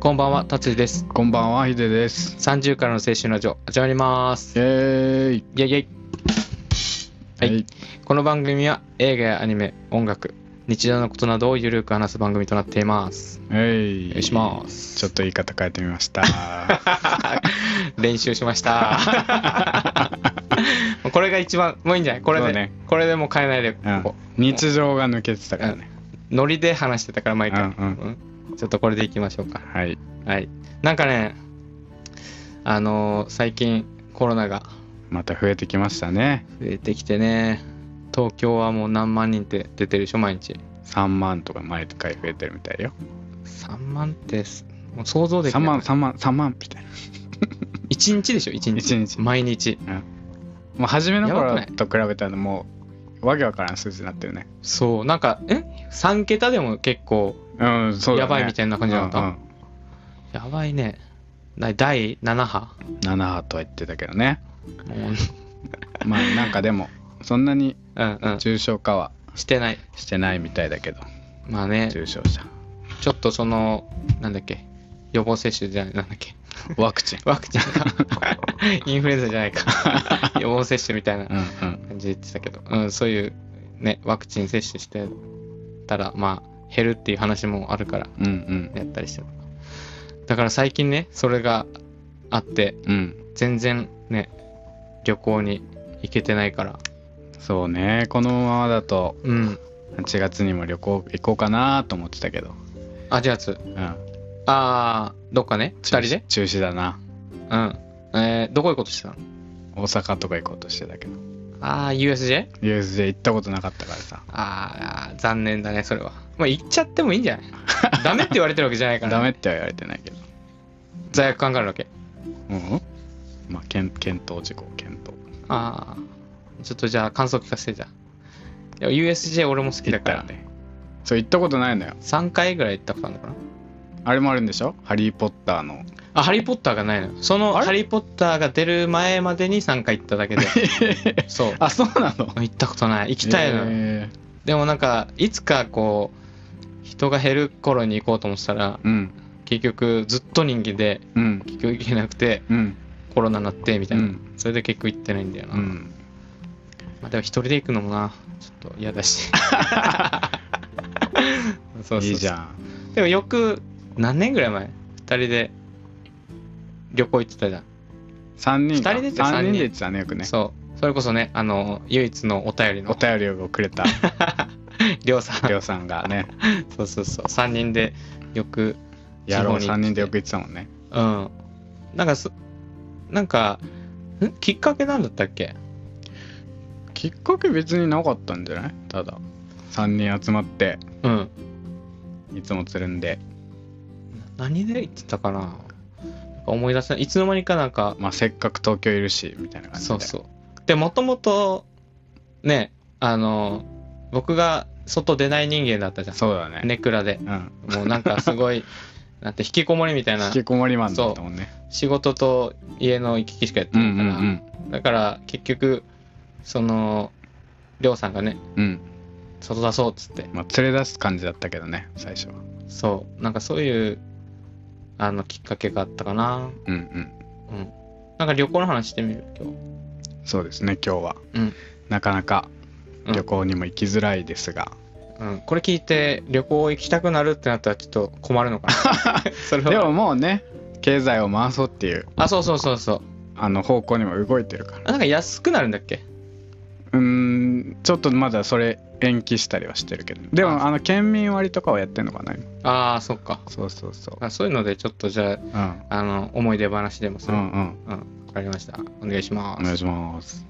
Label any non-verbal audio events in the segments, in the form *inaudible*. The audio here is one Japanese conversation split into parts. こんばんは、達治です。こんばんは、ヒデです。 30からの青春ラジオ、始まります。イイェーイ。ェイイェイ。はいこの番組は映画やアニメ、音楽、日常のことなどをゆるく話す番組となっています。はい。お願いします。ちょっと言い方変えてみま *laughs* した。練習しました。 *laughs* これが一番、もういいんじゃないこれそで、うねこれでもう変えないで、うんここ日常が抜けてたからね。ノリで話してたから毎回、うんうんうんちょっとこれでいきましょうか。はい。はい。なんかね、あのー最近コロナがまた増えてきましたね。増えてきてね、東京はもう何万人って出てるでしょ、毎日。 3万とか毎回増えてるみたいよ。 3万ってす、もう想像でき3ない。万、3万、3万みたいな。 1日でしょ、1日。一日毎日。もう初めのやば頃くと比べたらもう、わけわからん数字になってるね。そう、なんか、え ?3 桁でも結構、うん、そうだね。やばいみたいな感じだったうんうんやばいね。な第7波7波とは言ってたけどね。 *laughs* もうまあなんかでも、そんなにうんうん。重症化はしてない。してないみたいだけど、まあね、重症者。ちょっとその、なんだっけ、予防接種じゃない、なんだっけ、ワクチン。ワクチンか、 *laughs* インフルエンザじゃないか、 *laughs* 予防接種みたいなうんうん。感じで言ってたけど、うん、そういう、ね、ワクチン接種してたら、まあ、減るっていう話もあるから、うんうんやったりしてた。だから最近ね、それがあって、うん全然ね、旅行に行けてないから、そうねこのままだとうん、 8月にも旅行行こうかなと思ってたけど、あ、じゃあつ、うん、あー、どっかね、二人で中止中止だなうん。えー、どこ行こうとしてたの大阪とか行こうとしてたけどあー、USJ? USJ 行ったことなかったからさあー、残念だね、それは。まあ、行っちゃってもいいんじゃない *laughs* ダメって言われてるわけじゃないから、ダメっては言われてないけど罪悪感があるわけ。うんまあ検検討事項検討あー、ちょっとじゃあ感想聞かせてじゃあ。いや USJ 俺も好き行だっかたらら。ねそう行ったことないのよ3回ぐらい行ったことあるのかなあれもあるんでしょ「ハリー・ポッターの」あ、ハリー・ポッターがないのよ。その、あれハリー・ポッターが出る前までに3回行っただけで。 *laughs* そう。あそうなの行ったことない。行きたいのよ。えでもなんか、いつかこう、人が減る頃に行こうと思ってたら、ーうん結局ずっと人気で、うん結局行けなくて、うんコロナになって、みたういな。んそれで結局行ってないんだよな。うんまあでも一人で行くのもな、ちょっと嫌だ *laughs* し。そうそうそういいじゃんでもよく、何年ぐらい前二人で旅行行ってたじゃん。 3人か二人で行ってた三三人人で行ってたねよくねそう。それこそね、あの、唯一のお便りおの、便りをくれたりょうさんり。ょうさんが *laughs* ねそうそうそう。3人でよく、やろう地方3に行って人でよく言ってたもんねうん。なんかそ、なんか、んきっかけなんだったっけきっかけ別になかったんじゃないただ3人集まってうん。いつもつるんで何で行ってたかななんか思い出せない。いつの間にかなんか、まあせっかく東京いるしみたいな感じでそうそう。で、もともと、ね、あの、僕が外出ない人間だったじゃん。そうだねネクラで。うんもうなんかす *laughs* ごい、なんて引きこもりみたいな引きこもりマンだったもんね仕事と家の行き来しかやってうんないかうら、んだから結局、その、りょうさんがね、うんうん外出そうっつって、まあ連れ出す感じだったけどね最初はそう、なんかそういう、あの、きっかけがあったかな。うんうんうん。なんか旅行の話してみる、今日。そうですね今日はうんなかなかうん旅行にも行きづらいですがうん、これ聞いて旅行行きたくなるってなったらちょっと困るのか *laughs* なそれはでももうね経済を回そうっていうあそうそうそうそうあの方向にも動いてるからあなんか安くなるんだっけうーんちょっとまだそれ延期したりはしてるけどでもあの県民割とかはやってんのかな今ああそっかそうそうそう、あそういうのでちょっとじゃうん、うんああの思い出話でもすうるんうんわ、かりましたお願いしまおす願いします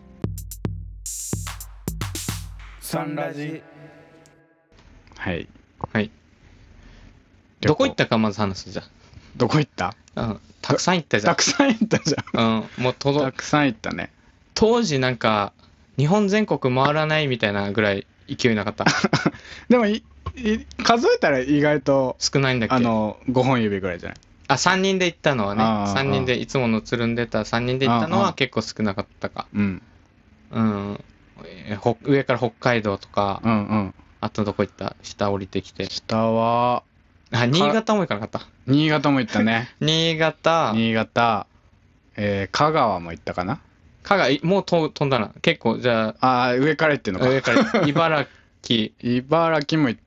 サンラジはいはい旅行どこ行ったかまず話すじゃどこ行ったあうんたくさん行ったじゃたんくさん行ったじゃんうんもうとどたくさん行ったね当時なんか日本全国回らないみたいなぐらい勢いなかった *laughs* でもいい数えたら意外と少ないんだっけあの5本指ぐらいじゃないあ3人で行ったのはねあー3人でいつものつるんでた3人で行ったのあはー結構少なかったかうんうんえーほ上から北海道とかうんうんあとどこ行った下降りてきて下はあ、新潟も行かなかった。新潟も行ったね新潟、新潟、えー香川も行ったかな香川、いもうと飛んだな。結構、じゃあー上から行ってんあ、のか上から、茨城、茨城も行っ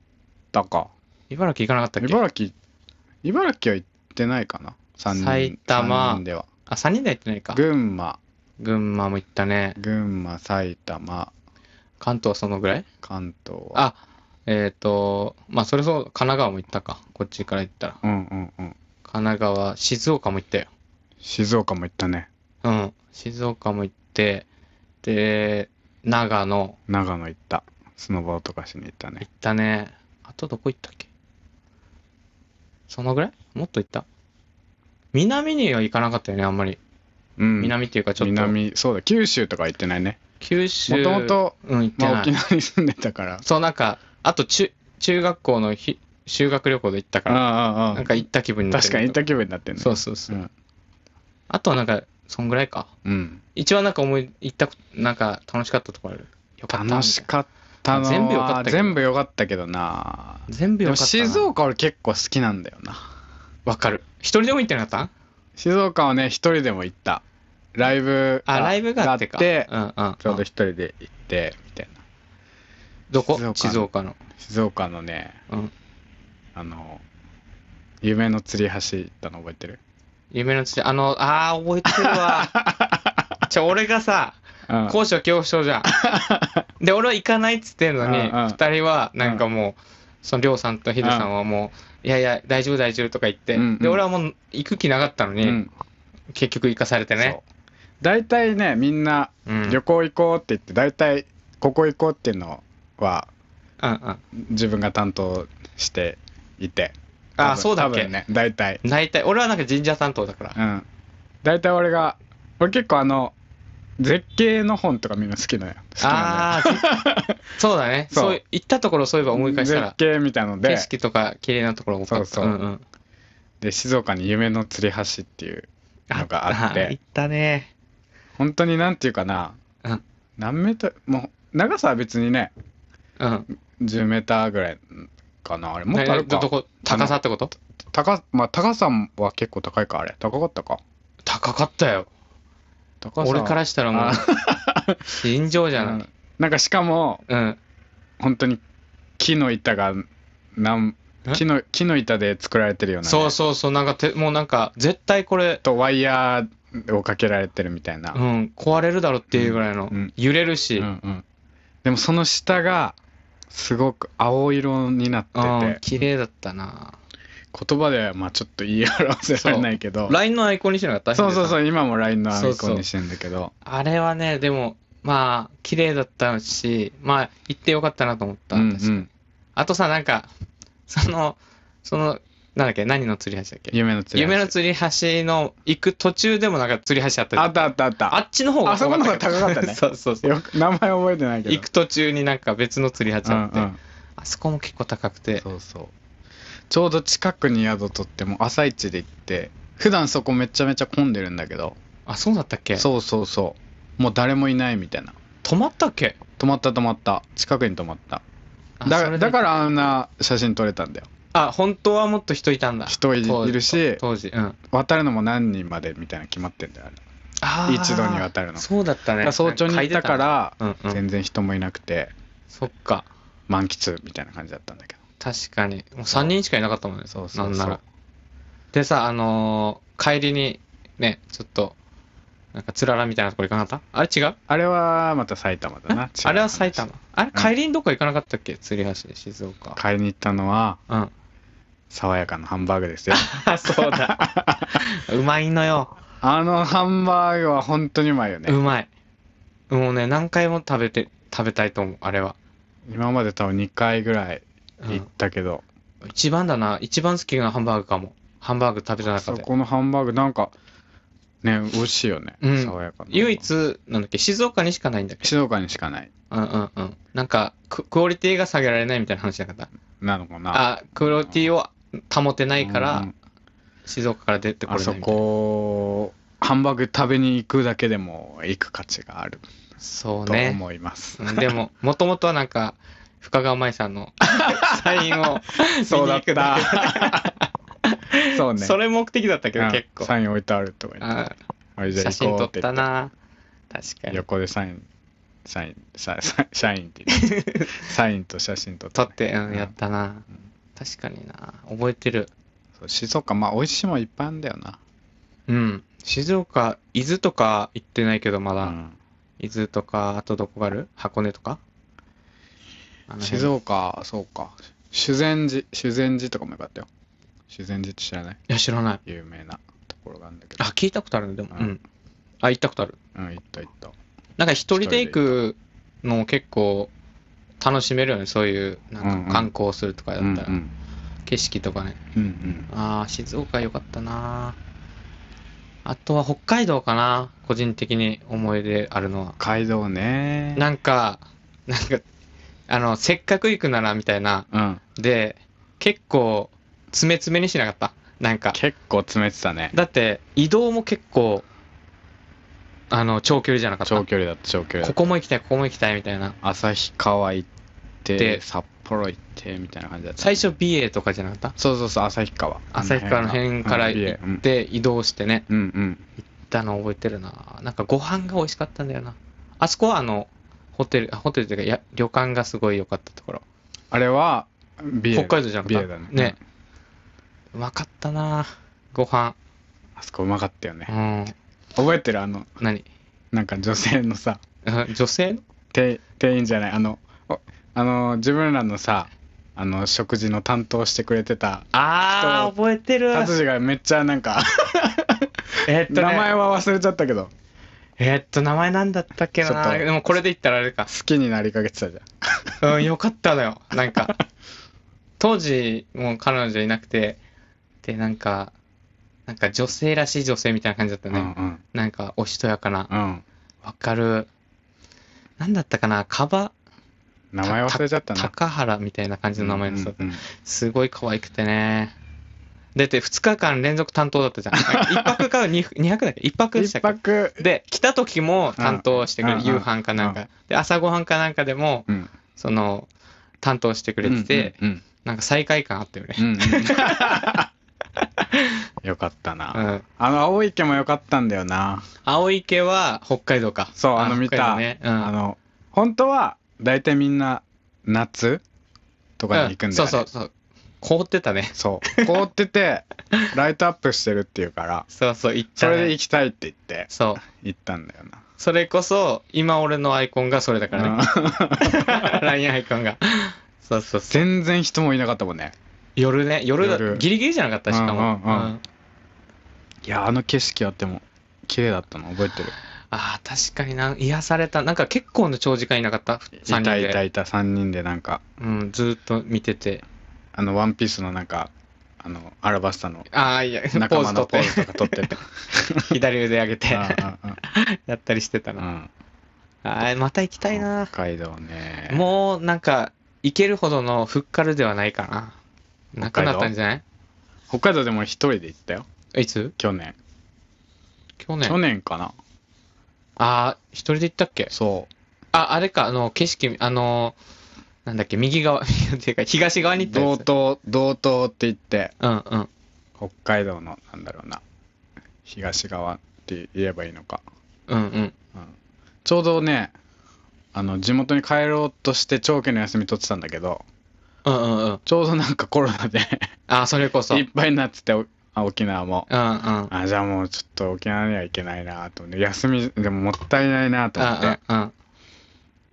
たか茨城行かなかったっけ茨城茨城は行ってないかな3人埼玉三人ではあ、3人で行ってないか。群馬群馬も行ったね。群馬埼玉関東はそのぐらい関東はあ、えっ、と、まあ、それそう、神奈川も行ったか。こっちから行ったら。うんうんうん神奈川、静岡も行ったよ。静岡も行ったねうん。静岡も行って、で、長野長野行ったスノボーとかしに行ったね行ったね。あとどこ行ったっけそのぐらいもっと行った南には行かなかったよね、あんまり。うん南っていうかちょっと。南そうだ九州とか行ってないね九州。もともと、うん、行ってまあ、ない。沖縄に住んでたからそう、なんか、あと中、中学校のひ修学旅行で行ったから、ああなんか行った気分になって確るかに行った気分になってんねそうそうそう。うんあとはなんか、そんぐらいか。うん一番なんか思い、行ったこ、なんか楽しかったところある。よかった。楽しかったのは全部良かったけど全部良かったけどなみたいな全部でよかもったな。静岡俺結構好きなんだよなわかる。一人でも行ってなかっ静岡はね一人でも行ったライブたあ、ライブがあってか。があってうんうん。ちょうど一人で行ってみたいなどこ静岡静岡の。静岡のねうん。あの夢の吊り橋行ったの覚えてる夢の土、あの、あー、覚えてる *laughs* わ。ちょ、俺がさ、うん高所恐怖症じゃん。で、俺は行かないっつってんのに、うんうん二人は、なんかもう、その、りょうさんとヒデさんはもう、いやいや、大丈夫大丈夫とか言って、うんうんで、俺はもう、行く気なかったのに、うん結局行かされてね。そう大体ねみんなうん。うん旅行行こうって言って大体ここ行こうっていうのはうん。自分が担当していてあ多ー、分そうだっ多け分。ね大体大体、俺はなんか神社担当だから。うん大体俺が俺結構あの絶景の本とかみんな好きなのよ好きなんだよああ、 *laughs* そうだね。そうそうい、行ったところをそういえば思い返したら絶、景みたいの景で色とか綺麗なところが多かった。そうそうんんで静岡に夢の吊り橋っていうのがあっ行てったね。本当になんていうかな、うん何メートルもう長さは別にねうん。 10メーターぐらいかなあれもっとあどるかどこ、高さってこと高,、まあ、高さは結構高いかあれ高かったか高かったよ。高さは俺からしたらもうあ、尋常じゃうないん。なんかしかもうん。本当に木の板がなんえ木の木の板で作られてるようなね、そうそうそう、なんかて、もうなんか、絶対これ、とワイヤーをかけられてるみたいな、うん、壊れるだろっていうぐらいのうんうん、揺れるうし、んうんでもその下がすごく青色になってて、うん、綺麗だったな。言葉ではまあちょっと言い表せられないけど LINE のアイコンにしなかったそうそうう。そう今も LINE のアイそコうそンうにしてんだけどあれはね、でも、まあ、綺麗だったし、まあ、行ってよかったなと思った。うんう確かにんあとさ、なんか、その、その、なんだっけ、何の吊り橋だっけ夢の釣り夢の吊り橋の行く途中でもなんか吊り橋あったじゃんあったあったあったあっちの方があそこの方が高かったね *laughs* そうそうそう。よく名前覚えてないけど行く途中になんか別の吊り橋あって、うんうんあそこも結構高くて、そうそうちょうど近くに宿取ってもう朝一で行って普段そこめちゃめちゃ混んでるんだけどあ、そうだったっけそうそうそうもう誰もいないみたいな止まったっけ泊まった泊まった近くに泊まったあそだれでだからあんな写真撮れたんだよあ、本当はもっと人いたんだ。人い当時いるし当時、うん。渡るのも何人までみたいなの決まってんだよあれあー一度に渡るのそうだっただかね。ら早朝に行ったかなんら書いてたね。うんうん。全然人もいなくてそっか。満喫みたいな感じだったんだけど確かに。もう3人しかいなかったもんね。そうそうそなうんなら。でさ、あのー帰りに、ね、ちょっと、なんかつららみたいなとこ行かなかったあれ違うあれはまた埼玉だな違う *laughs* 話あれは埼玉。あれうん帰りにどっか行かなかったっけ釣り橋で静岡。買いに行ったのは *laughs* うん。爽やかなハンバー *laughs* グですよあ、そうだ。 *laughs* うまいのよ。あのハンバーグは本当にうまいよねうまい。もうね、何回も食べて、食べたいと思う、あれは。今まで多分2回ぐらい行ったけど、一番だな、一番好きなハンバーグかも。ハンバーグ食べた中そで。このハンバーグなんかね美味しいよね、うん爽やかな唯一、なんだっけ、静岡にしかないんだっけ静岡にしかないうんうんうん。なんかク、クオリティが下げられないみたいな話じゃなかった。なのかなあ、クオリティを保てないかうらん、静岡から出てこあれなそいみたいな。こハンバーグ食べに行くだけでも行く価値があるそうとね。思います、うんでも、もともとはなんか、深川舞さん *laughs* のサインをそうだっ見に行くだた。 *laughs* そうね。それ目的だったけどうん結構サイン置いてあるとか言って。あはい、じゃあ写行真こう撮っってた言って。な確かに横でサイン、サイン、サササインって *laughs* 言って。サインと写真撮って撮って、うん、やったな確かにな覚えてるそう静岡、まあ、美味しいもんいっぱいあんだよな。うん静岡伊豆とか行ってないけどまだ、うん伊豆とかあとどこがある箱根とかあの辺静岡、そうか。修善寺、修善寺とかもよかったよ。修善寺って知らないいや知らない有名なところがあるんだけどあ。聞いたことあるねでもううんんあ行ったことあるうん、行った行った。なんか一人で行くのも結構楽しめるよね、そういう、なうんんうんか観光するとかだうんったら、うん景色とかね。うんうん。ああ、静岡良かったなあとは北海道かな、個人的に思い出あるのは。街道ね。なんか、なんか、あの、せっかく行くならみたいな、うん。で、結構、詰め詰めにしなかった。なんか、結構詰めてたね。だって、移動も結構、あの、長距離じゃなかった長。距離だった、長距離こだった。こも行きたい、ここも行きたいみたいな。旭川行って、で札幌行って、みたいな感じだった。最初、美瑛とかじゃなかったそうそうそう、旭川。旭川の辺から行うんっ。て移動してね、うんうん。行ったの覚えてるな。なんかご飯が美味しかったんだよな。あそこはあの、ホテル、あホテルというかいや、旅館がすごい良かったところ。あれは、美瑛北海道じゃなかった美瑛だね。ねうまかったなご飯。うんあそこうまかったようね。ん。覚えてるあの、何 *laughs* なんか女性のさ、うん女性の店店員じゃない、あの、おあの、自分らのさ、あの、食事の担当してくれてた、あえー、覚えてる。達治がめっちゃなんか、えーっと、ね、 *laughs* 名前は。は忘れちゃったけど、えーっと、名前なんだったっけちょっなとでもこれで言ったらあれか。好きになりかけてたじゃん。うん、よかったのよ。なん *laughs* か、当時、もう彼女いなくて、で、なんか、なんか女性らしい女性みたいな感じだったうね。んうん。なんか、おしとやかな。うん。わかる。なんだったかなカバ、名前忘れちゃったな。高原みたいな感じの名前の人、うんうんうんすごい可愛くてね。だって2日間連続担当だったじゃん。1泊か 2, 泊だっけ ?1 泊でした一っけ泊、で、来た時も担当してくれうんる。うん夕飯かなんうか。で、朝ごはんかなんかでも、うん。その、担当してくれてて、うんなんか再会感あったよね。うんうん。よかったな。うん。あの、青池もよかったんだよな。青池は北海道か。そう、あの、見北海道ねた。うん。あの、本当は、大体みんな、夏とかに行くんだよ、ねうそうそうそう。凍ってたね。 *laughs* そう。凍って *laughs* て、ライトアップしてるっていうから、そうそう、行ったそね、れで行きたいって言って、そう。行ったんだよな。それこそ、今俺のアイコンがそれだからね。LINE *laughs* アイコンが。そうそうそう。全然人もいなかったもんね。夜ね、夜だ夜ギリギリじゃなかった、しかも。うんうんうんいや、あの景色あっても、綺麗だったの覚えてる。ああ、確かにな、癒された。なんか結構の長時間いなかった ?3 い人たで。いたいた3人でなんか、うん、ずーっと見てて。あの、ワンピースのなんか、あの、アラバスタのああ、いや、ポ仲ー間ズ撮のっポてー、ズとか撮ってて。 *laughs* 左腕上げて、 *laughs* うんやったりしてたうんうな。んああ、また行きたいな。北海道ね。もうなんか、行けるほどのフッカルではないかな。なくなったんじゃな北海道でも一人で行ったよ。いいつ去年。去去年。年かな。ああ、一人で行ったっけそう。あ、あれか、あの、景色、あの、なんだっけ、右側、 *laughs* っていうか、東側に行った道やつ。東、道東って言って、うんうん。北海道の、なんだろうな、東側って言えばいいのか。うんうん。うんちょうどね、あの、地元に帰ろうとして長期の休み取ってたんだけど、うんうんうん。ちょうどなんかコロナであ、それこそ。ういんっぱいになってて、おあ沖縄も。うん。うんあ、じゃあもうちょっと沖縄には行けないなと思って、休みでももったいないなと思って。うんうん。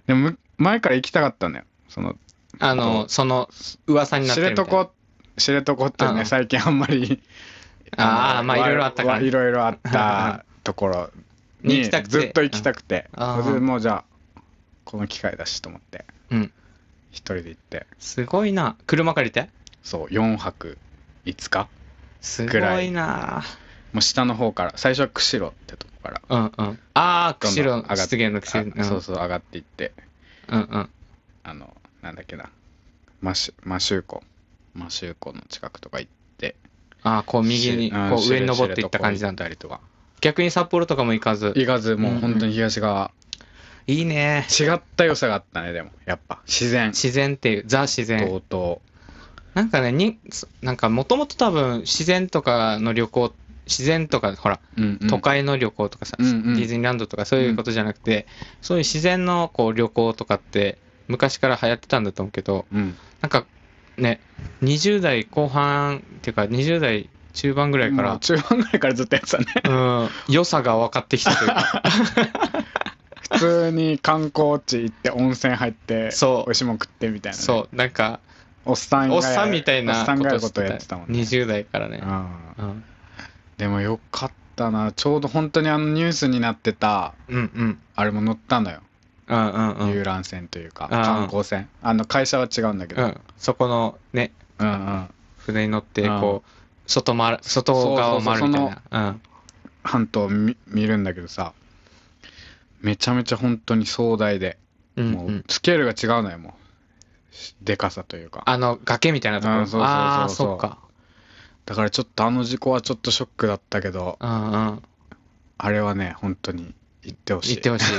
でもむ前から行きたかったんだよ。そのあの、その、噂になって知るみたいな。床知床ってね、うんうん最近あんまりあーのまあわいろいろあったからわいろいろ *laughs* あったところにに行きたくてずっと行きたくてうんあーそれでもうじゃあこの機会だしと思ってうん。一人で行ってすごいな。車借りてそう4泊5日すくらごいいな。もう下の方から最初は釧路ってとこかうらんうん。ああ、どんど釧ん上路、がっ湿原の釧路。あそうそそう上がっていってうん。うんうん。あのなんだっけなマシュマシュー湖マシュー湖の近くとか行ってああ、こう右に、しこんう上に登っていった感じなん知だ。床行ったりとか逆に札幌とかも行かず。行かずもう本当に東側いいね。違った良さがあったねでもやっぱ自然自然っていう、ザ自然。とうとなんかね、に、そなんかもともと多分自然とかの旅行、自然とか、ほら、う、うんうん都会の旅行とかさ、うんうんディズニーランドとかそういうことじゃなくて、そういう自然のこう旅行とかって昔から流行ってたんだと思うけど、うんなんかね、20代後半っていうか20代中盤ぐらいかもらう、中盤ぐらいからずっとやってたねうん、良さが分かってきたというか、 *laughs* 普通に観光地行って温泉入ってそう美味しいもん食ってみたいなね、そう、なんか、おっさんがおっさんみたいおなっさんがやるしことやってたもんね20代からね。ああうん、でもよかったなちょうど本当にあのニュースになってたうん、うん、あれも乗ったのよ、うん、うん、うん遊覧船というかん観光船あの会社は違うんだけど、う、ん、そこのね、うんうん船に乗って、うんこう、外回る、外側を回るみたいそうそな。うん。半島見見るんだけどさめちゃめちゃ本当に壮大で、うんもう、うんスケールが違うのよもうしでかさというかあの崖みたいなところ、うんそうそうそうそうああそっかだからちょっとあの事故はちょっとショックだったけどうんうんあれはね本当に行ってほしい行ってほし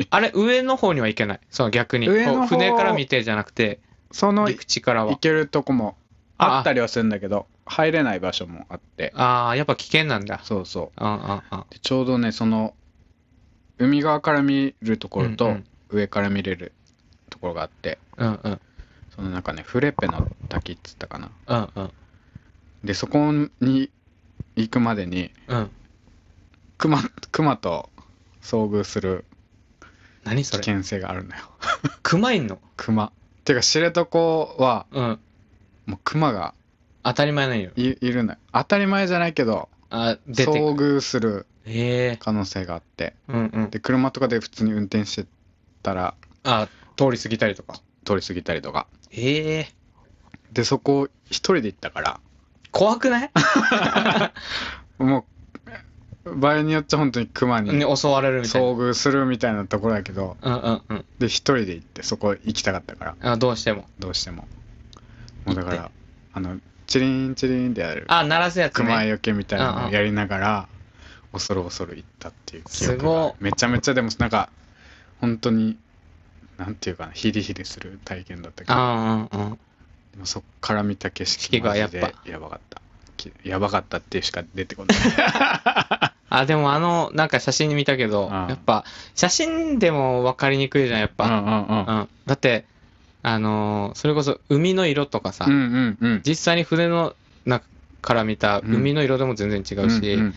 い *laughs* あれ上の方には行けないその逆に上の方こう船から見てじゃなくてその陸地から行はけるとこもああったりはするんだけど入れない場所もあってああやっぱ危険なんだそうそううんうんうんでちょうどねその海側から見るところうんとうん上から見れるところがあって、うんうんその中ねフレペの滝っつったかなうんうんでそこに行くまでにうん熊熊と遭遇する何危それ険性があるのよ熊いんの熊ていうか知床はうんもう熊が当たり前なんよいいるのよ当たり前じゃないけどあ出てく遭る遇するへえ可能性があってうんうんで車とかで普通に運転してたらあ通り過ぎたりとか通り過ぎたりとかへえでそこ一人で行ったから怖くない、もう場合によっちゃ本当に熊にね、襲われるみたいな遭遇するみたいなところだけどうんうんうんで一人で行ってそこ行きたかったからあどうしてもどうしてももうだか行っらあのチリンチリンってやるあ鳴らすやつね熊よけみたいなのうんうをんやりながら恐る恐る行ったっていう記憶すごがっめちゃめちゃでもなんか本当になんていうかなヒリヒリする体験だったけどあうんうんうんでもそっから見た景景色色がやっぱマジでやばかったきやばかったっていうしか出てこないあ、でもあの、なんか写真見たけど、うんやっぱ、写真でも分かりにくいじゃん、やっうんうぱ。んうん。だって、あのーそれこそ海の色とかさうんう、んうん実際に船の中から見た海の色でも全然違ううんうし、ん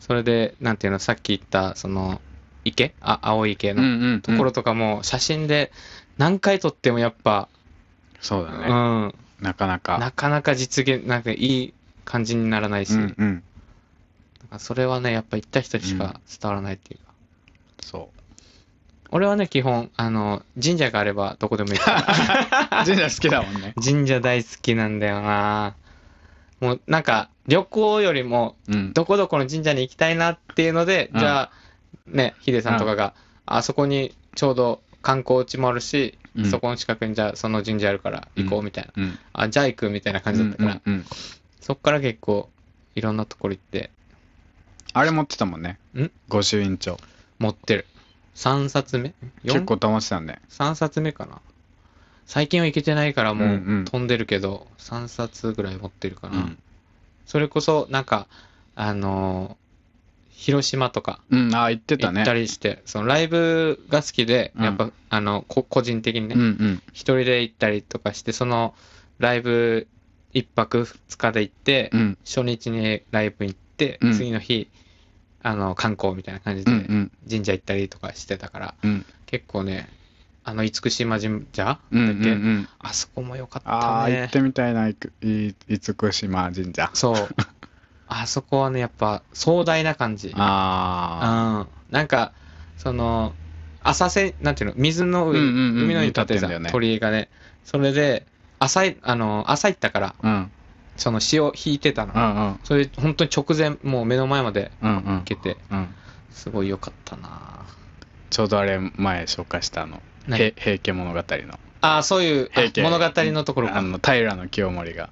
それで、なんていうの、さっき言った、その、池あ、青い池うのんうんうんところとかも、写真で何回撮ってもやっぱ、そうだうねん、なかなかなかなか実現、なんかいい感じにならないし、うなんんうんかそれはね、やっぱ行った人にしか伝わらないっていうか。そう俺はね、基本、あの、神社があればどこでも行く。 *laughs* 神社好きだもん *laughs* ね神社大好きなんだよなもうなんか、旅行よりも、うんどこどこの神社に行きたいなっていうので、うんじゃあ、ね、ヒデさんとかが、あそこにちょうど観光地もあるし、うんそこの近くにじゃあその神社あるから行こうみたいな。うんあ、じゃあ行くみたいな感じだったから、うんうんうんそっから結構、いろんなところ行って、あれ持ってたもんねん御朱印帳持ってる。3冊目結 ?4 構騙してたね3冊目かな最近は行けてないからもんううんう飛んでるけど、3冊ぐらい持ってるかうな、んそれこそなんかあのー広島とかうんああ言って行たねったりして、そのライブが好きでうんやっぱ、あのこ個人的にね、うんうん一人で行ったりとかしてそのライブ1泊2日で行って、うん初日にライブ行って、うん次の日あの観光みたいな感じうでんうん神社行ったりとかしてたから、うん結構ねあの厳島神社うんうだんっけうんあそこも良かあったあ行ねっ。てみたいないくい厳島神社 *laughs* そう。あそこはね、やっぱ壮大な感じ。うん。ああなんか、その、浅瀬、なんていうの、水の上、うんうんうん海の上に立って立ってんだたよね鳥居がね、それで、浅い、あの、浅いったから、うんその潮引いてたのう。んうんそれで、本当に直前、もう目の前までうんうん行けて、うんすごい良かったなちょうどあれ前紹介したあの「何へ平家物語」のああ、そういうあ平家物語のところあか。の平清盛が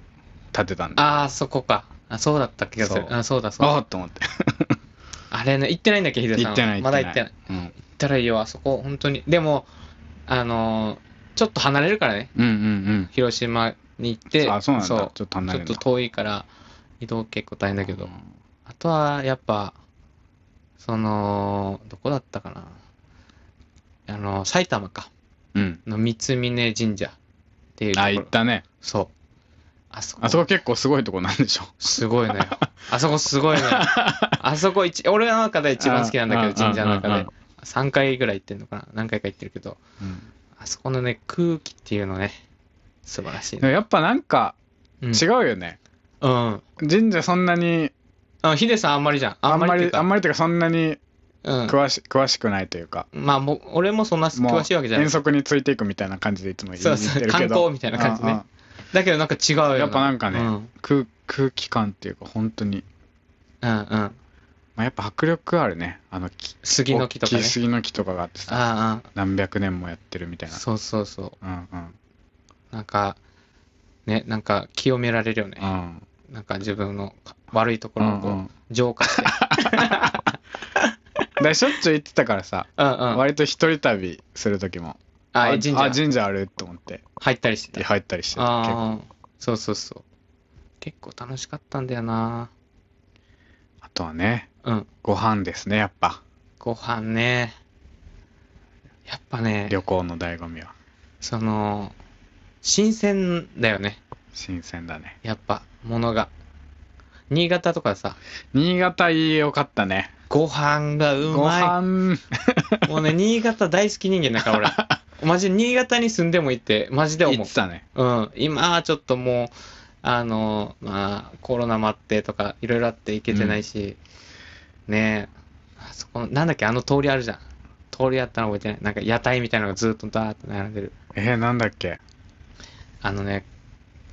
建てたんだああ、そこか。あそうだった気がする。そうあそうだ、そうあだ。っと思ってあれね、行ってないんだっけ、ヒデさんは。行ってないまだ行ってない。うんったらいいよ、あそこ、本当に。でも、あのーちょっと離れるからね、うんうん広島に行っうて、ん。あ、そうなんだ。ちょっとう離ちれょっとるな遠いから、移動結構大変だけどう。んあとは、やっぱ、その、どこだったかな。あの、埼玉か。うん。の三峯神社っていうとこあ、ろ。行ったね。そう。あそこ、あそこ結構すごいとこなんでしょ。すごい *laughs* のよ。あそこすごいのよ。あそこ一、俺の中で一番好きなんだけあど、ー神社の中あーあでー。 3回ぐらい行ってるのかな。何回か行ってるけど、あそこのね、空気っていうのね、素晴らしいでもね。やっぱなんかうん。違うよね。うん。神社そんなに、あのヒデさんあんまりじゃん。あんまっていりう、かあんまりというかそんなにうん。詳し詳しくないというか。まあ、もう俺もそんなもう詳しいわけじゃない遠。足についていくみたいな感じでいつも言そうっそうてるけ観光どみたいな感じねうんうんだけどなんか違うよな。やっぱなんかねうん。空空気感っていうか本当にうんうん。まあやっぱ迫力あるねあの木杉の木とかね大きい。杉の木とかがあってさああ何百年もやってるみたああ、いなそうそうそう。うんうんなんか、ね、なんか清められるよね。うんなんか自分の悪いとこうろんをうこうん浄化 *laughs* して。だからしょっちゅう行ってたからさうんうん。あ、割と一人旅する時も神社あ神社あると思って入ったりしてた。入ったりしてた結構ああ、そうそうそう。結構楽しかったんだよな。あとはねうん。ご飯ですねやっぱご飯ね。やっぱね、旅行の醍醐味はその、新鮮だよね。新鮮だねやっぱ、ものが。新潟とかさ、新潟良かったねご飯がうごま飯い。もうね、新潟大好き人間だから、 *laughs* 俺。マジで新潟に住んでもいいって、マジで思行うっ。てたねうん、今はちょっともう、あの、まあ、コロナもあってとか、いろいろあって行けてないし、ねえ、あそこ、なんだっけ、あの通りあるじゃん。通りあったの覚えてない。なんか屋台みたいなのがずっとダーッと並んでる。えー、なんだっけあのね、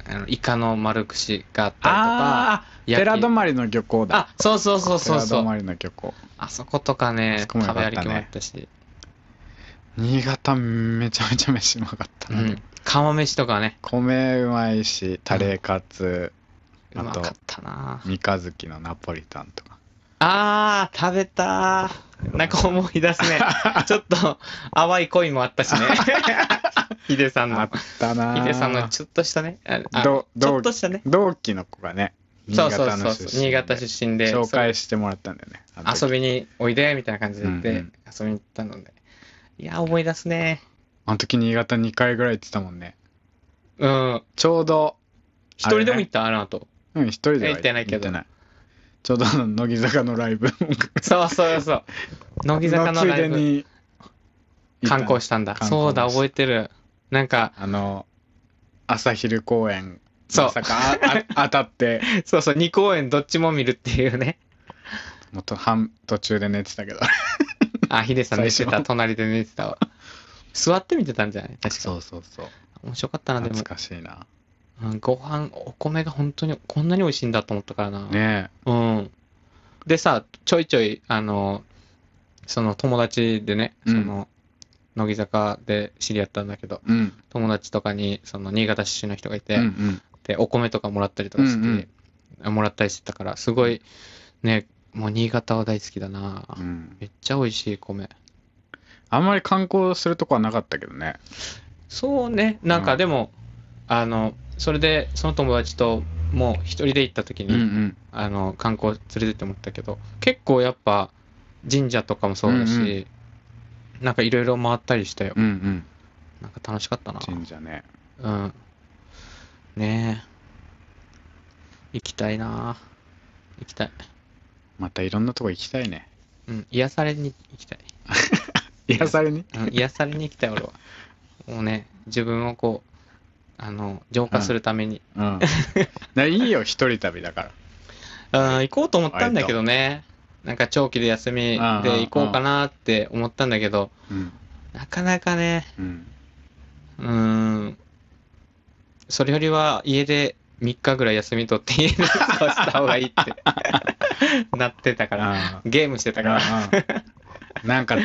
あのイカの丸串があったりとか、ああー焼き寺泊まりの漁港だあ、そうそうそうそうそ寺泊う。まりの漁港あそことかね、あそこもよか食ったべね歩きもあったし、新潟めちゃめちゃ飯うまかったうな、ん、釜飯とかね、米うまいしタレカツ、うあまとかったな。三日月のナポリタンとかあー、食べたー。なんか思い出 *laughs* すね。ちょっと、淡い恋もあったしね。ヒデさんあのっ。たなヒデさんのちょっとしたね。ああどちどょうっとしたね。同期の子がね新そうそう潟そのう出そう。身新潟出身で、紹介ししてもらったんだよねあの時遊びにおいで、みたいな感じで言って、うんうん遊びに行ったので。いやー、思い出すね。あの時新潟2回ぐらい行ってたもんねうん。ちょうど一人でも行った、あの後。うん一人では行ってないけどちょうど *laughs* あの乃木坂のライブそうそう *laughs* そう。乃木坂のライついでブ、に観光したんだ。観光そうだ、もした覚えてる。なんか、あの朝昼公演そうまさかあ *laughs* あ当たってそうそう、2公演どっちも見るっていう *laughs* ね。もっと半途中で寝てたけどあ、ヒデさん寝て最た。初隣で寝てたわ。座って見てたんじゃない確か。うそうそう面白かったな、でも *laughs* 懐。かしいなうんご飯、お米が本当にこんなに美味しいんだと思ったからな。ねうん。でさ、ちょいちょい、あの、その友達でね、うそんの、乃木坂で知り合ったんだけど、えうん友達とかに、その、新潟出身の人がいて、うんうんで、お米とかもらったりとかして、うんもらったりしてたから、すごい、ね、もう新潟は大好きだな。うんめっちゃ美味しい米。あんまり観光するとこはなかったけどねそうね、なんうかんでも、あの、それで、その友達と、もう一人で行った時に、んあの、観光連れてってもらったけど、結構やっぱ、神社とかもそうだし、うんうんなんかいろいろ回ったりしたよ。うんうんなんか楽しかったな。神社ねうん。ねえ。行きたいな行きたい。またいろんなとこ行きたいねうん、癒されに行きたい。癒されに *laughs* うん、癒されに行きたい、俺は。もうね、自分をこう、あの、浄化するために、うん *laughs* だいいよ一人旅だからうん、行こうと思ったんだけどね。なんか長期で休みで行こうかなって思ったんだけど、うんなかなかね、うんうーん、それよりは家で3日ぐらい休み取って家で過ごした方がいいって *laughs* なってたから、あゲームしてたから。あなんか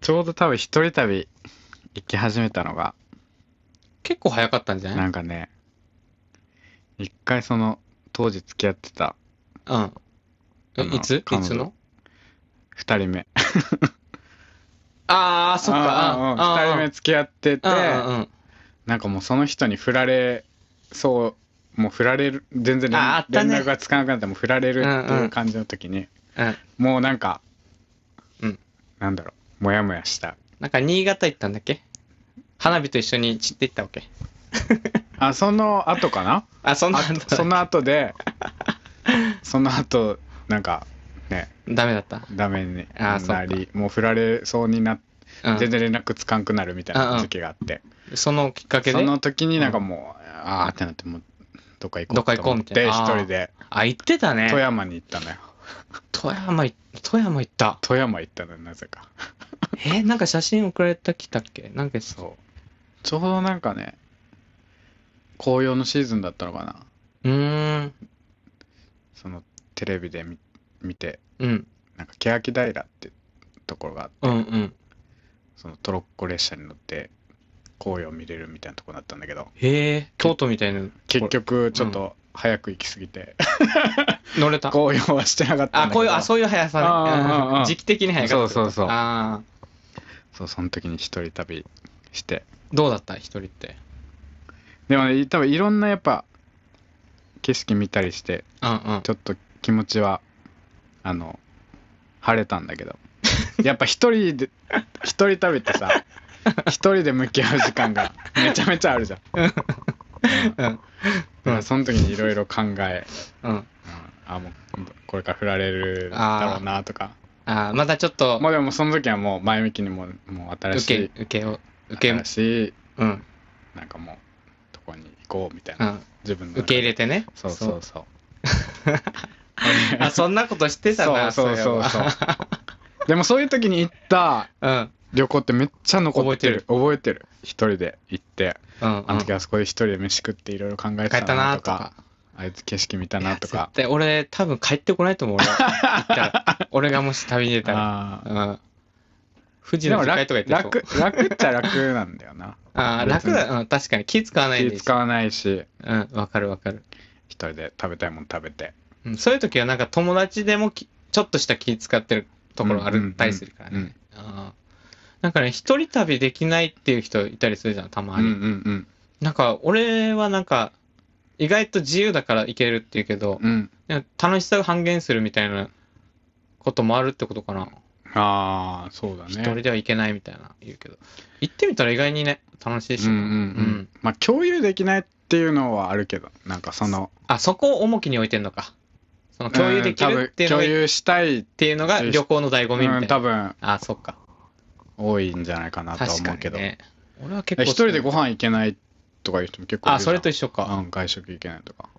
ちょうど多分一人旅行き始めたのが結構早かったんじゃなないんかね、一回その、当時付き合ってたうん。えあのいつい彼女つの二人目。ああ、そっか。うんうんうんあー二人目付き合ってて、うんうんうんなんかもうその人に振られそうもう振られる全然連ああったね連絡がつかなくなってもう振られるってうんいううん感じの時に、うん。もうなんか、うんなんだろうモヤモヤしたなんか新潟行ったんだっけ花火と一緒に散っていったわけ。あその後かなあ、 *laughs* そんなあとその後でその後なんかねダメだった。ダメにあそっかなりもう振られそうになって、うん全然連絡つかんくなるみたいうんうなん時期があって、そのきっかけそで、の時になんかもう、あーってなってもうどっか行こうどっか行こうみたいなと思って一人であ、行ってたね。富山に行ったのよ富山い、富山行った。富山行ったのよなぜかえーなんか写真送られてきたっけなんか、そうちょうどなんかね紅葉のシーズンだったのかなうーん。そのテレビで見見てうん。なんか欅平ってところがあってうんうん。そのトロッコ列車に乗って紅葉見れるみたいなとこだったんだけどへえ、京都みたいな。結局ちょっと早く行き過ぎて、 *laughs* 乗れた。紅葉はしてなかったんあ、だけこどういう、あ、そういう速あさーあーあね。ー時期的に速かったってこと。そうそうそうああ。そうその時に一人旅してどうだった一人って。でもね多分いろんなやっぱ景色見たりしてうんうんち。ょっと気持ちはあの晴れたんだけどやっぱ一人で一人旅ってさ一人で向き合う時間がめちゃめちゃあるじゃん、うんだからその時にいろいろ考え、うん。うんあもうこれから振られるだろうなとかああ、またちょっとま、あでもその時はもう前向きにもうもう新し受け、受いけを、受け、新しいうん。なんかもうとこに行こうみたいうな、ん。自分の中で受け入れてね。そうそうそうそう。 *laughs* あ、そんなことしてたな、そうそうそうそそうれはでもそういう時に行ったうん。旅行ってめっちゃ残ってる覚えてる一人で行ってうんうん。あの時あそこで一人で飯食っていろいろ考え帰てったたななととかか。あいつ景色見たいやなとか絶対俺、多分帰ってこないと思う。俺は行った *laughs* ら俺がもし旅に出たら。あーうん。富士でのも樹海とか行楽ってそう楽楽っちゃ楽なんだよなああ、楽別にだ。うん、確かに。気使わない気で使わないしうん、わかるわかる。一人で食べたいもの食べてうん、そういう時はなんか友達でもきちょっとした気使ってるところあるったりするからね。ねあーなんかね、一人旅できないっていう人いたりするじゃん、たうまんうんに。うんなんか、俺はなんか、意外と自由だから行けるって言うけど、うんうんでも楽しさを半減するみたいなこともあるってことかな。ああそうだね一人では行けないみたいな言うけど。行ってみたら意外にね、楽しいしうな。んうんうん、まあ共有できないっていうのはあるけどなんかそのあ、そこを重きに置いてんのか。その共有できるっていうのうんが多分共有したいってっていうのが旅行の醍醐味みたいな。多分あ、そっか。多いんじゃないかなとは確思かうけにど、ね。俺は結構。一人でご飯行けないとかいう人も結構いるあ、それと一緒緒か。うん、外食行けないとか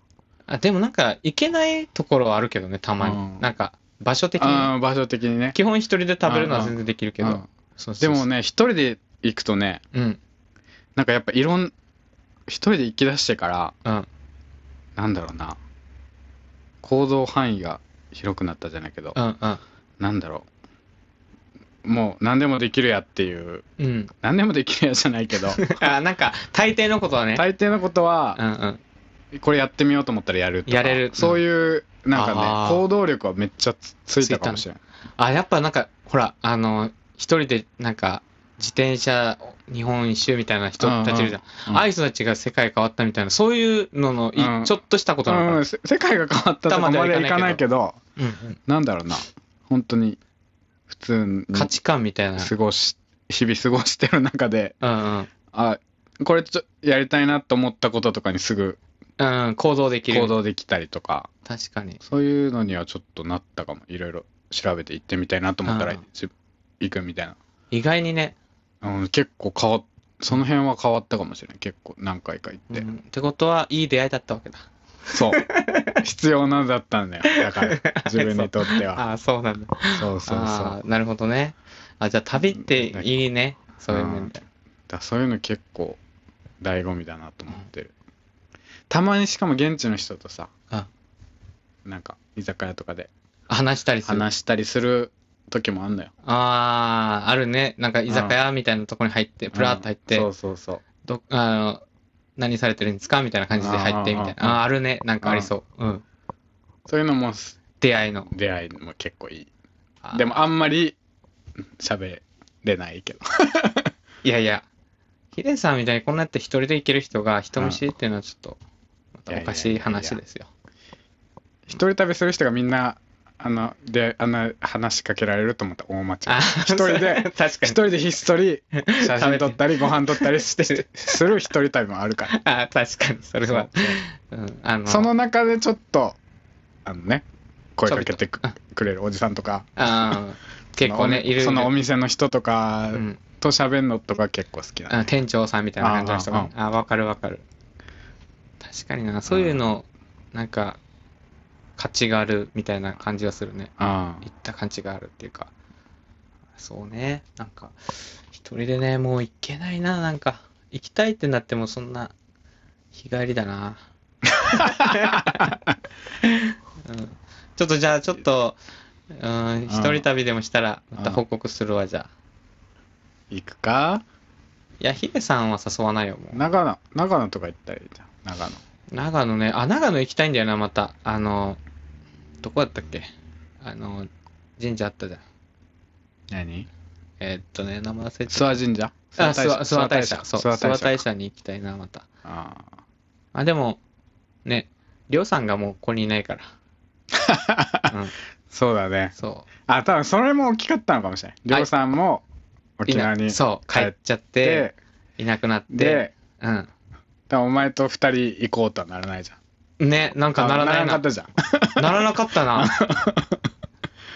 あ、でもなんか、行けないところはあるけどね、たまうに。んなんか、場所的に。うん場所的にね基本一人で食べるのは全然できるけうどん。そうそでうそうもね一人で行くとねうん。なんかやっぱいろん一人で行き出してかうらん。なんだろうな行動範囲が広くなったじゃないけど、うん。うん。なんだろうもう何でもできるやっていううん。何でもできるやじゃないけ *laughs* ど *laughs* あ、なんか、大抵のことはね。大抵のことはうんうん。これやってみようと思ったらやるとかやれるそういうなんあかーね行動力はめっちゃつついたかもしれないあ、やっぱなんか、ほら、あの、一人で、なんか、自転車日本一周みたいな人たちいるじゃん。うんうんああいう人たちが世界変わったみたいな、そういうののい、うんちょっとしたことなのかなうん、せ世界が変わったとこまでいかないけどうんうんなんだろうな本当に普通に価値観みたいな。過ごし日々過ごしてる中でうんうん。あこれちょやりたいなと思ったこととかにすぐうん、行動できる。行動できたりとか確かに。そういうのにはちょっとなったかもいろいろ調べて行ってみたいなと思ったらうんじ行くみたいな、意外にね。うん、結構変わっその辺は変わったかもしれない結構何回か行って、うんってことは、いい出会いだったわけだ。そう *laughs* 必要なんだったんだよだから自分にとってはああ、 *laughs* そうなんだ。そうそうそうああ、なるほどね。あ、じゃあ旅っていいね。そういう面で。だそういうの結構醍醐味だなと思ってる、たまにしかも現地の人とさあなんか居酒屋とかで話したりする。話したりする時もあんのよああ、あるね。なんか居酒屋みたいなとこに入って、プラーっと入っうんそてう、そうそうど、あの、何されてるんですかみたいな感じで入って、みたいうんうんうんな。ああー、あるね。なんかありそう。うん。そういうのも出会いの。出会いも結構いいあーでもあんまり喋れないけどいやいや、ヒデさんみたいにこんなやって一人で行ける人が人見知りっていうのはちょっと、またおかしい話ですよ。一人旅する人がみんなあのであの話しかけられると思ったら大間違いあ一人で確かに。一人でひっそり写真撮ったりご飯撮ったりししてする一人旅もあるからあ確かに、 *laughs* それは。うん、あの、その中でちょっとあのね声かけてくちょっくれるおじさんとかあー結構ね、いる。そのお店の人とかうん、と喋んのとか結構好きなの、あ店長さんみたいな感じの人が、あ、わかるわかる。確かにな、そういうの、なんか、価値があるみたいな感じがするね。あ行った感じがあるっていうか。そうね、なんか、一人でね、もう行けないな、なんか、行きたいってなっても、そんな、日帰りだ *laughs* な。うん、ちょっとじゃあ、ちょっと、うん、一人旅でもしたら、また報告するわ、じゃあ。行くかいや、ヒデさんは誘わないよ、もう。長野長野とか行ったらいいじゃん長野長野ね、あ、長野行きたいんだよな、また。あの、どこだったっけあの、神社あったじゃん。何えーっとね、名前忘れちゃ諏訪神社った。あ、諏訪諏訪大社。そう、諏訪諏大訪社大社に行きたいな、また。あああ、でも、ね、りょうさんがもうここにいないから。 *laughs* うん、そうだねそあ多分それも大きかったのかもしれないりょうさんもう。い沖な縄にそう、帰っちゃって、いなくなって。で、うん。だからお前と二人行こうとはならないじゃんね、なんかならないなかなっ。たじゃんならなかった *laughs* な。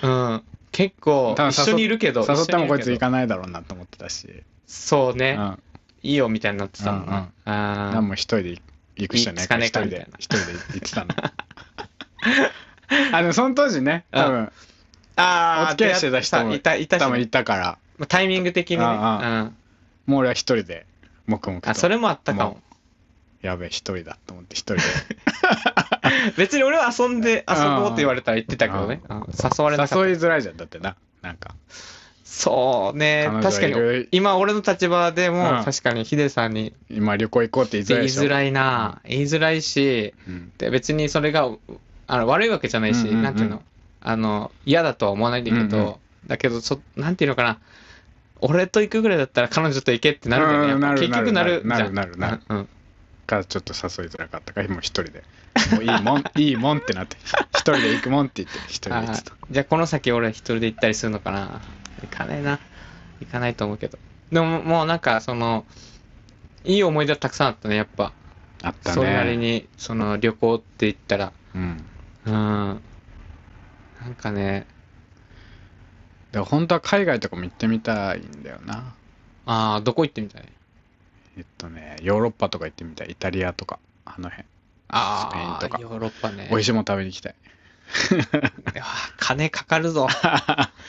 うん。結構、多分一緒にいるけど、誘ってもこい一緒にるつ行けどかないだろうなと思ってたし、そううね。ん、いいよみたいになってたもんうんうんな。あ何も一人で行くしかないからい一つか人ねでか一人で行ってたの *laughs* あでもその当時ね多分あお付き合いしてた人もいた、いたし、多分いたからまあタイミング的にね。ううんんうんもう俺は一人で黙々とあ、それもあったかもも。やべえ一人だと思って一 *laughs* 人で別に俺は遊んで、遊ぼうって言われたら言ってたけどね。うん誘われなかっ誘いた。づらいじゃんだってななんかそうね。彼女確かにいろいろ、今俺の立場でうも、ん確かにヒデさんに今旅行行こうって言言いづらいいでしょづらいな。言いづらいし、うんで別にそれがあの悪いわけじゃないし、うんうんうんなんていうのあの嫌だとは思わないんだけど、うんうんだけどそなんていうのかな俺と行くぐらいだったら彼女と行けってなるんだよね、やうんっぱなる結局なるじゃんなるなるなるうんうんがちょっと誘いづらかったからもう一人でもういい *laughs* もんいいもんってなって一人で行くもんって言って一人であ行ってーたじゃあこの先俺一人で行ったりするのかな行かないな行かないと思うけどでももうなんかそのいい思い出はたくさんあったねやっぱあったねそれなりにその旅行って言ったらうんうんなんかねでも本当は海外とかも行ってみたいんだよなああどこ行ってみたいえっとねヨーロッパとか行ってみたいイタリアとかあの辺スペインああとかヨーロッパね。美味しいもん食べに行きたいいやー金かかる *laughs* ぞ。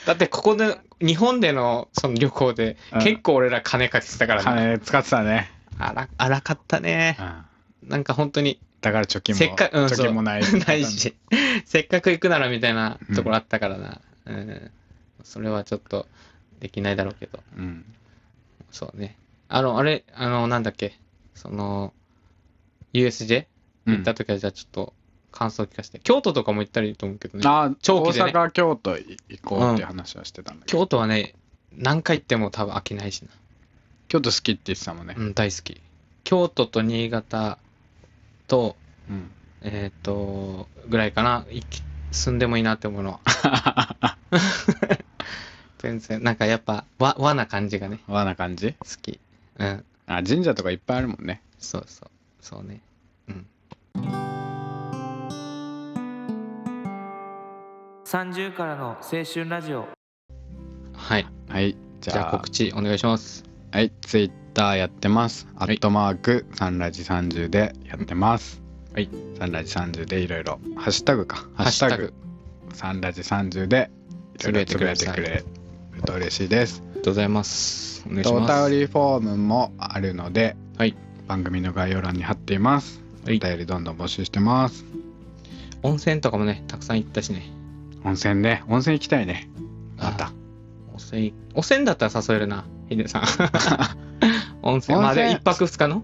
だってここで、日本でのその旅行でうん、結構俺ら金かけてたからね。金使ってたね、荒荒かったねう。ん、なんか本当に、だから貯金もせっかく、うん、貯そう金もないないし、せっかく行くならみたいなところあったからな。うん。それはちょっとできないだろうけど。うんそうね。あの、あれ、あの、なんだっけ、その、USJ うん行った時はじゃあちょっと感想聞かせて。京都とかも行ったらいいと思うけどね。あー長期でね大阪京都行こうっていう話はしてたんだけど、京都はね、何回行っても多分飽きないしな。京都好きって言ってたもんねうん、大好き。京都と新潟と、うんえっ、と、ぐらいかな。行き住んでもいいなって思うのは。 *laughs* 全然、なんかやっぱ和、和な感じがね、和な感じ好き。うん、あ神社とかいっぱいあるもんねそうそう、そうね。うん。 30からの青春ラジオはい。はいじじゃゃああ告知お願いします。はいツイッターやってます、アットマークサンラジ30でやってますはいサンラジ30でいろいろハッシュタグかハハッッシシュュタタググサンラジ30でいろいろつつぶぶややいいててくくれると嬉しいですありがとうございます。お願いしおます。便りフォームもあるので、はい番組の概要欄に貼っていますはいお便りどんどん募集してます温泉とかもね、たくさん行ったしね。温泉ね温泉行きたいねまあたお泉、お泉だったら誘えるな、ヒデさ *laughs* ん。温泉、まあで温泉一泊二日の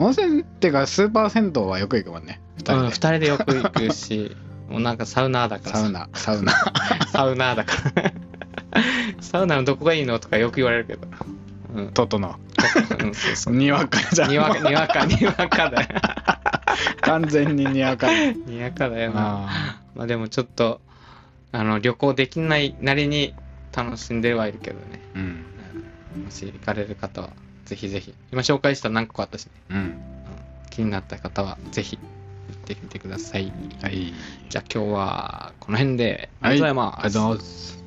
温泉ってかスーパー銭湯はよく行くもんね2うん、人二で、人でよく行く *laughs* し、もうなんかサウナーだからサウナサウナ *laughs* ナ。サウナーだから。 *laughs* サウナのどこがいいのとかよく言われるけ *laughs* ど。うん。トトのうんそうそう。にわかじゃんにわか、にわか、にわかだよ。 *laughs* 完全ににわかだにわかだよな。なまあでもちょっと、あの、旅行できないなりに楽しんではいるけどね。うんもし行かれる方は、ぜひぜひ。今紹介した何個かあったし、うん気になった方は、ぜひ行ってみてください。はいじゃあ今日はこの辺で、あはいりがとうございありまがすとう。ございます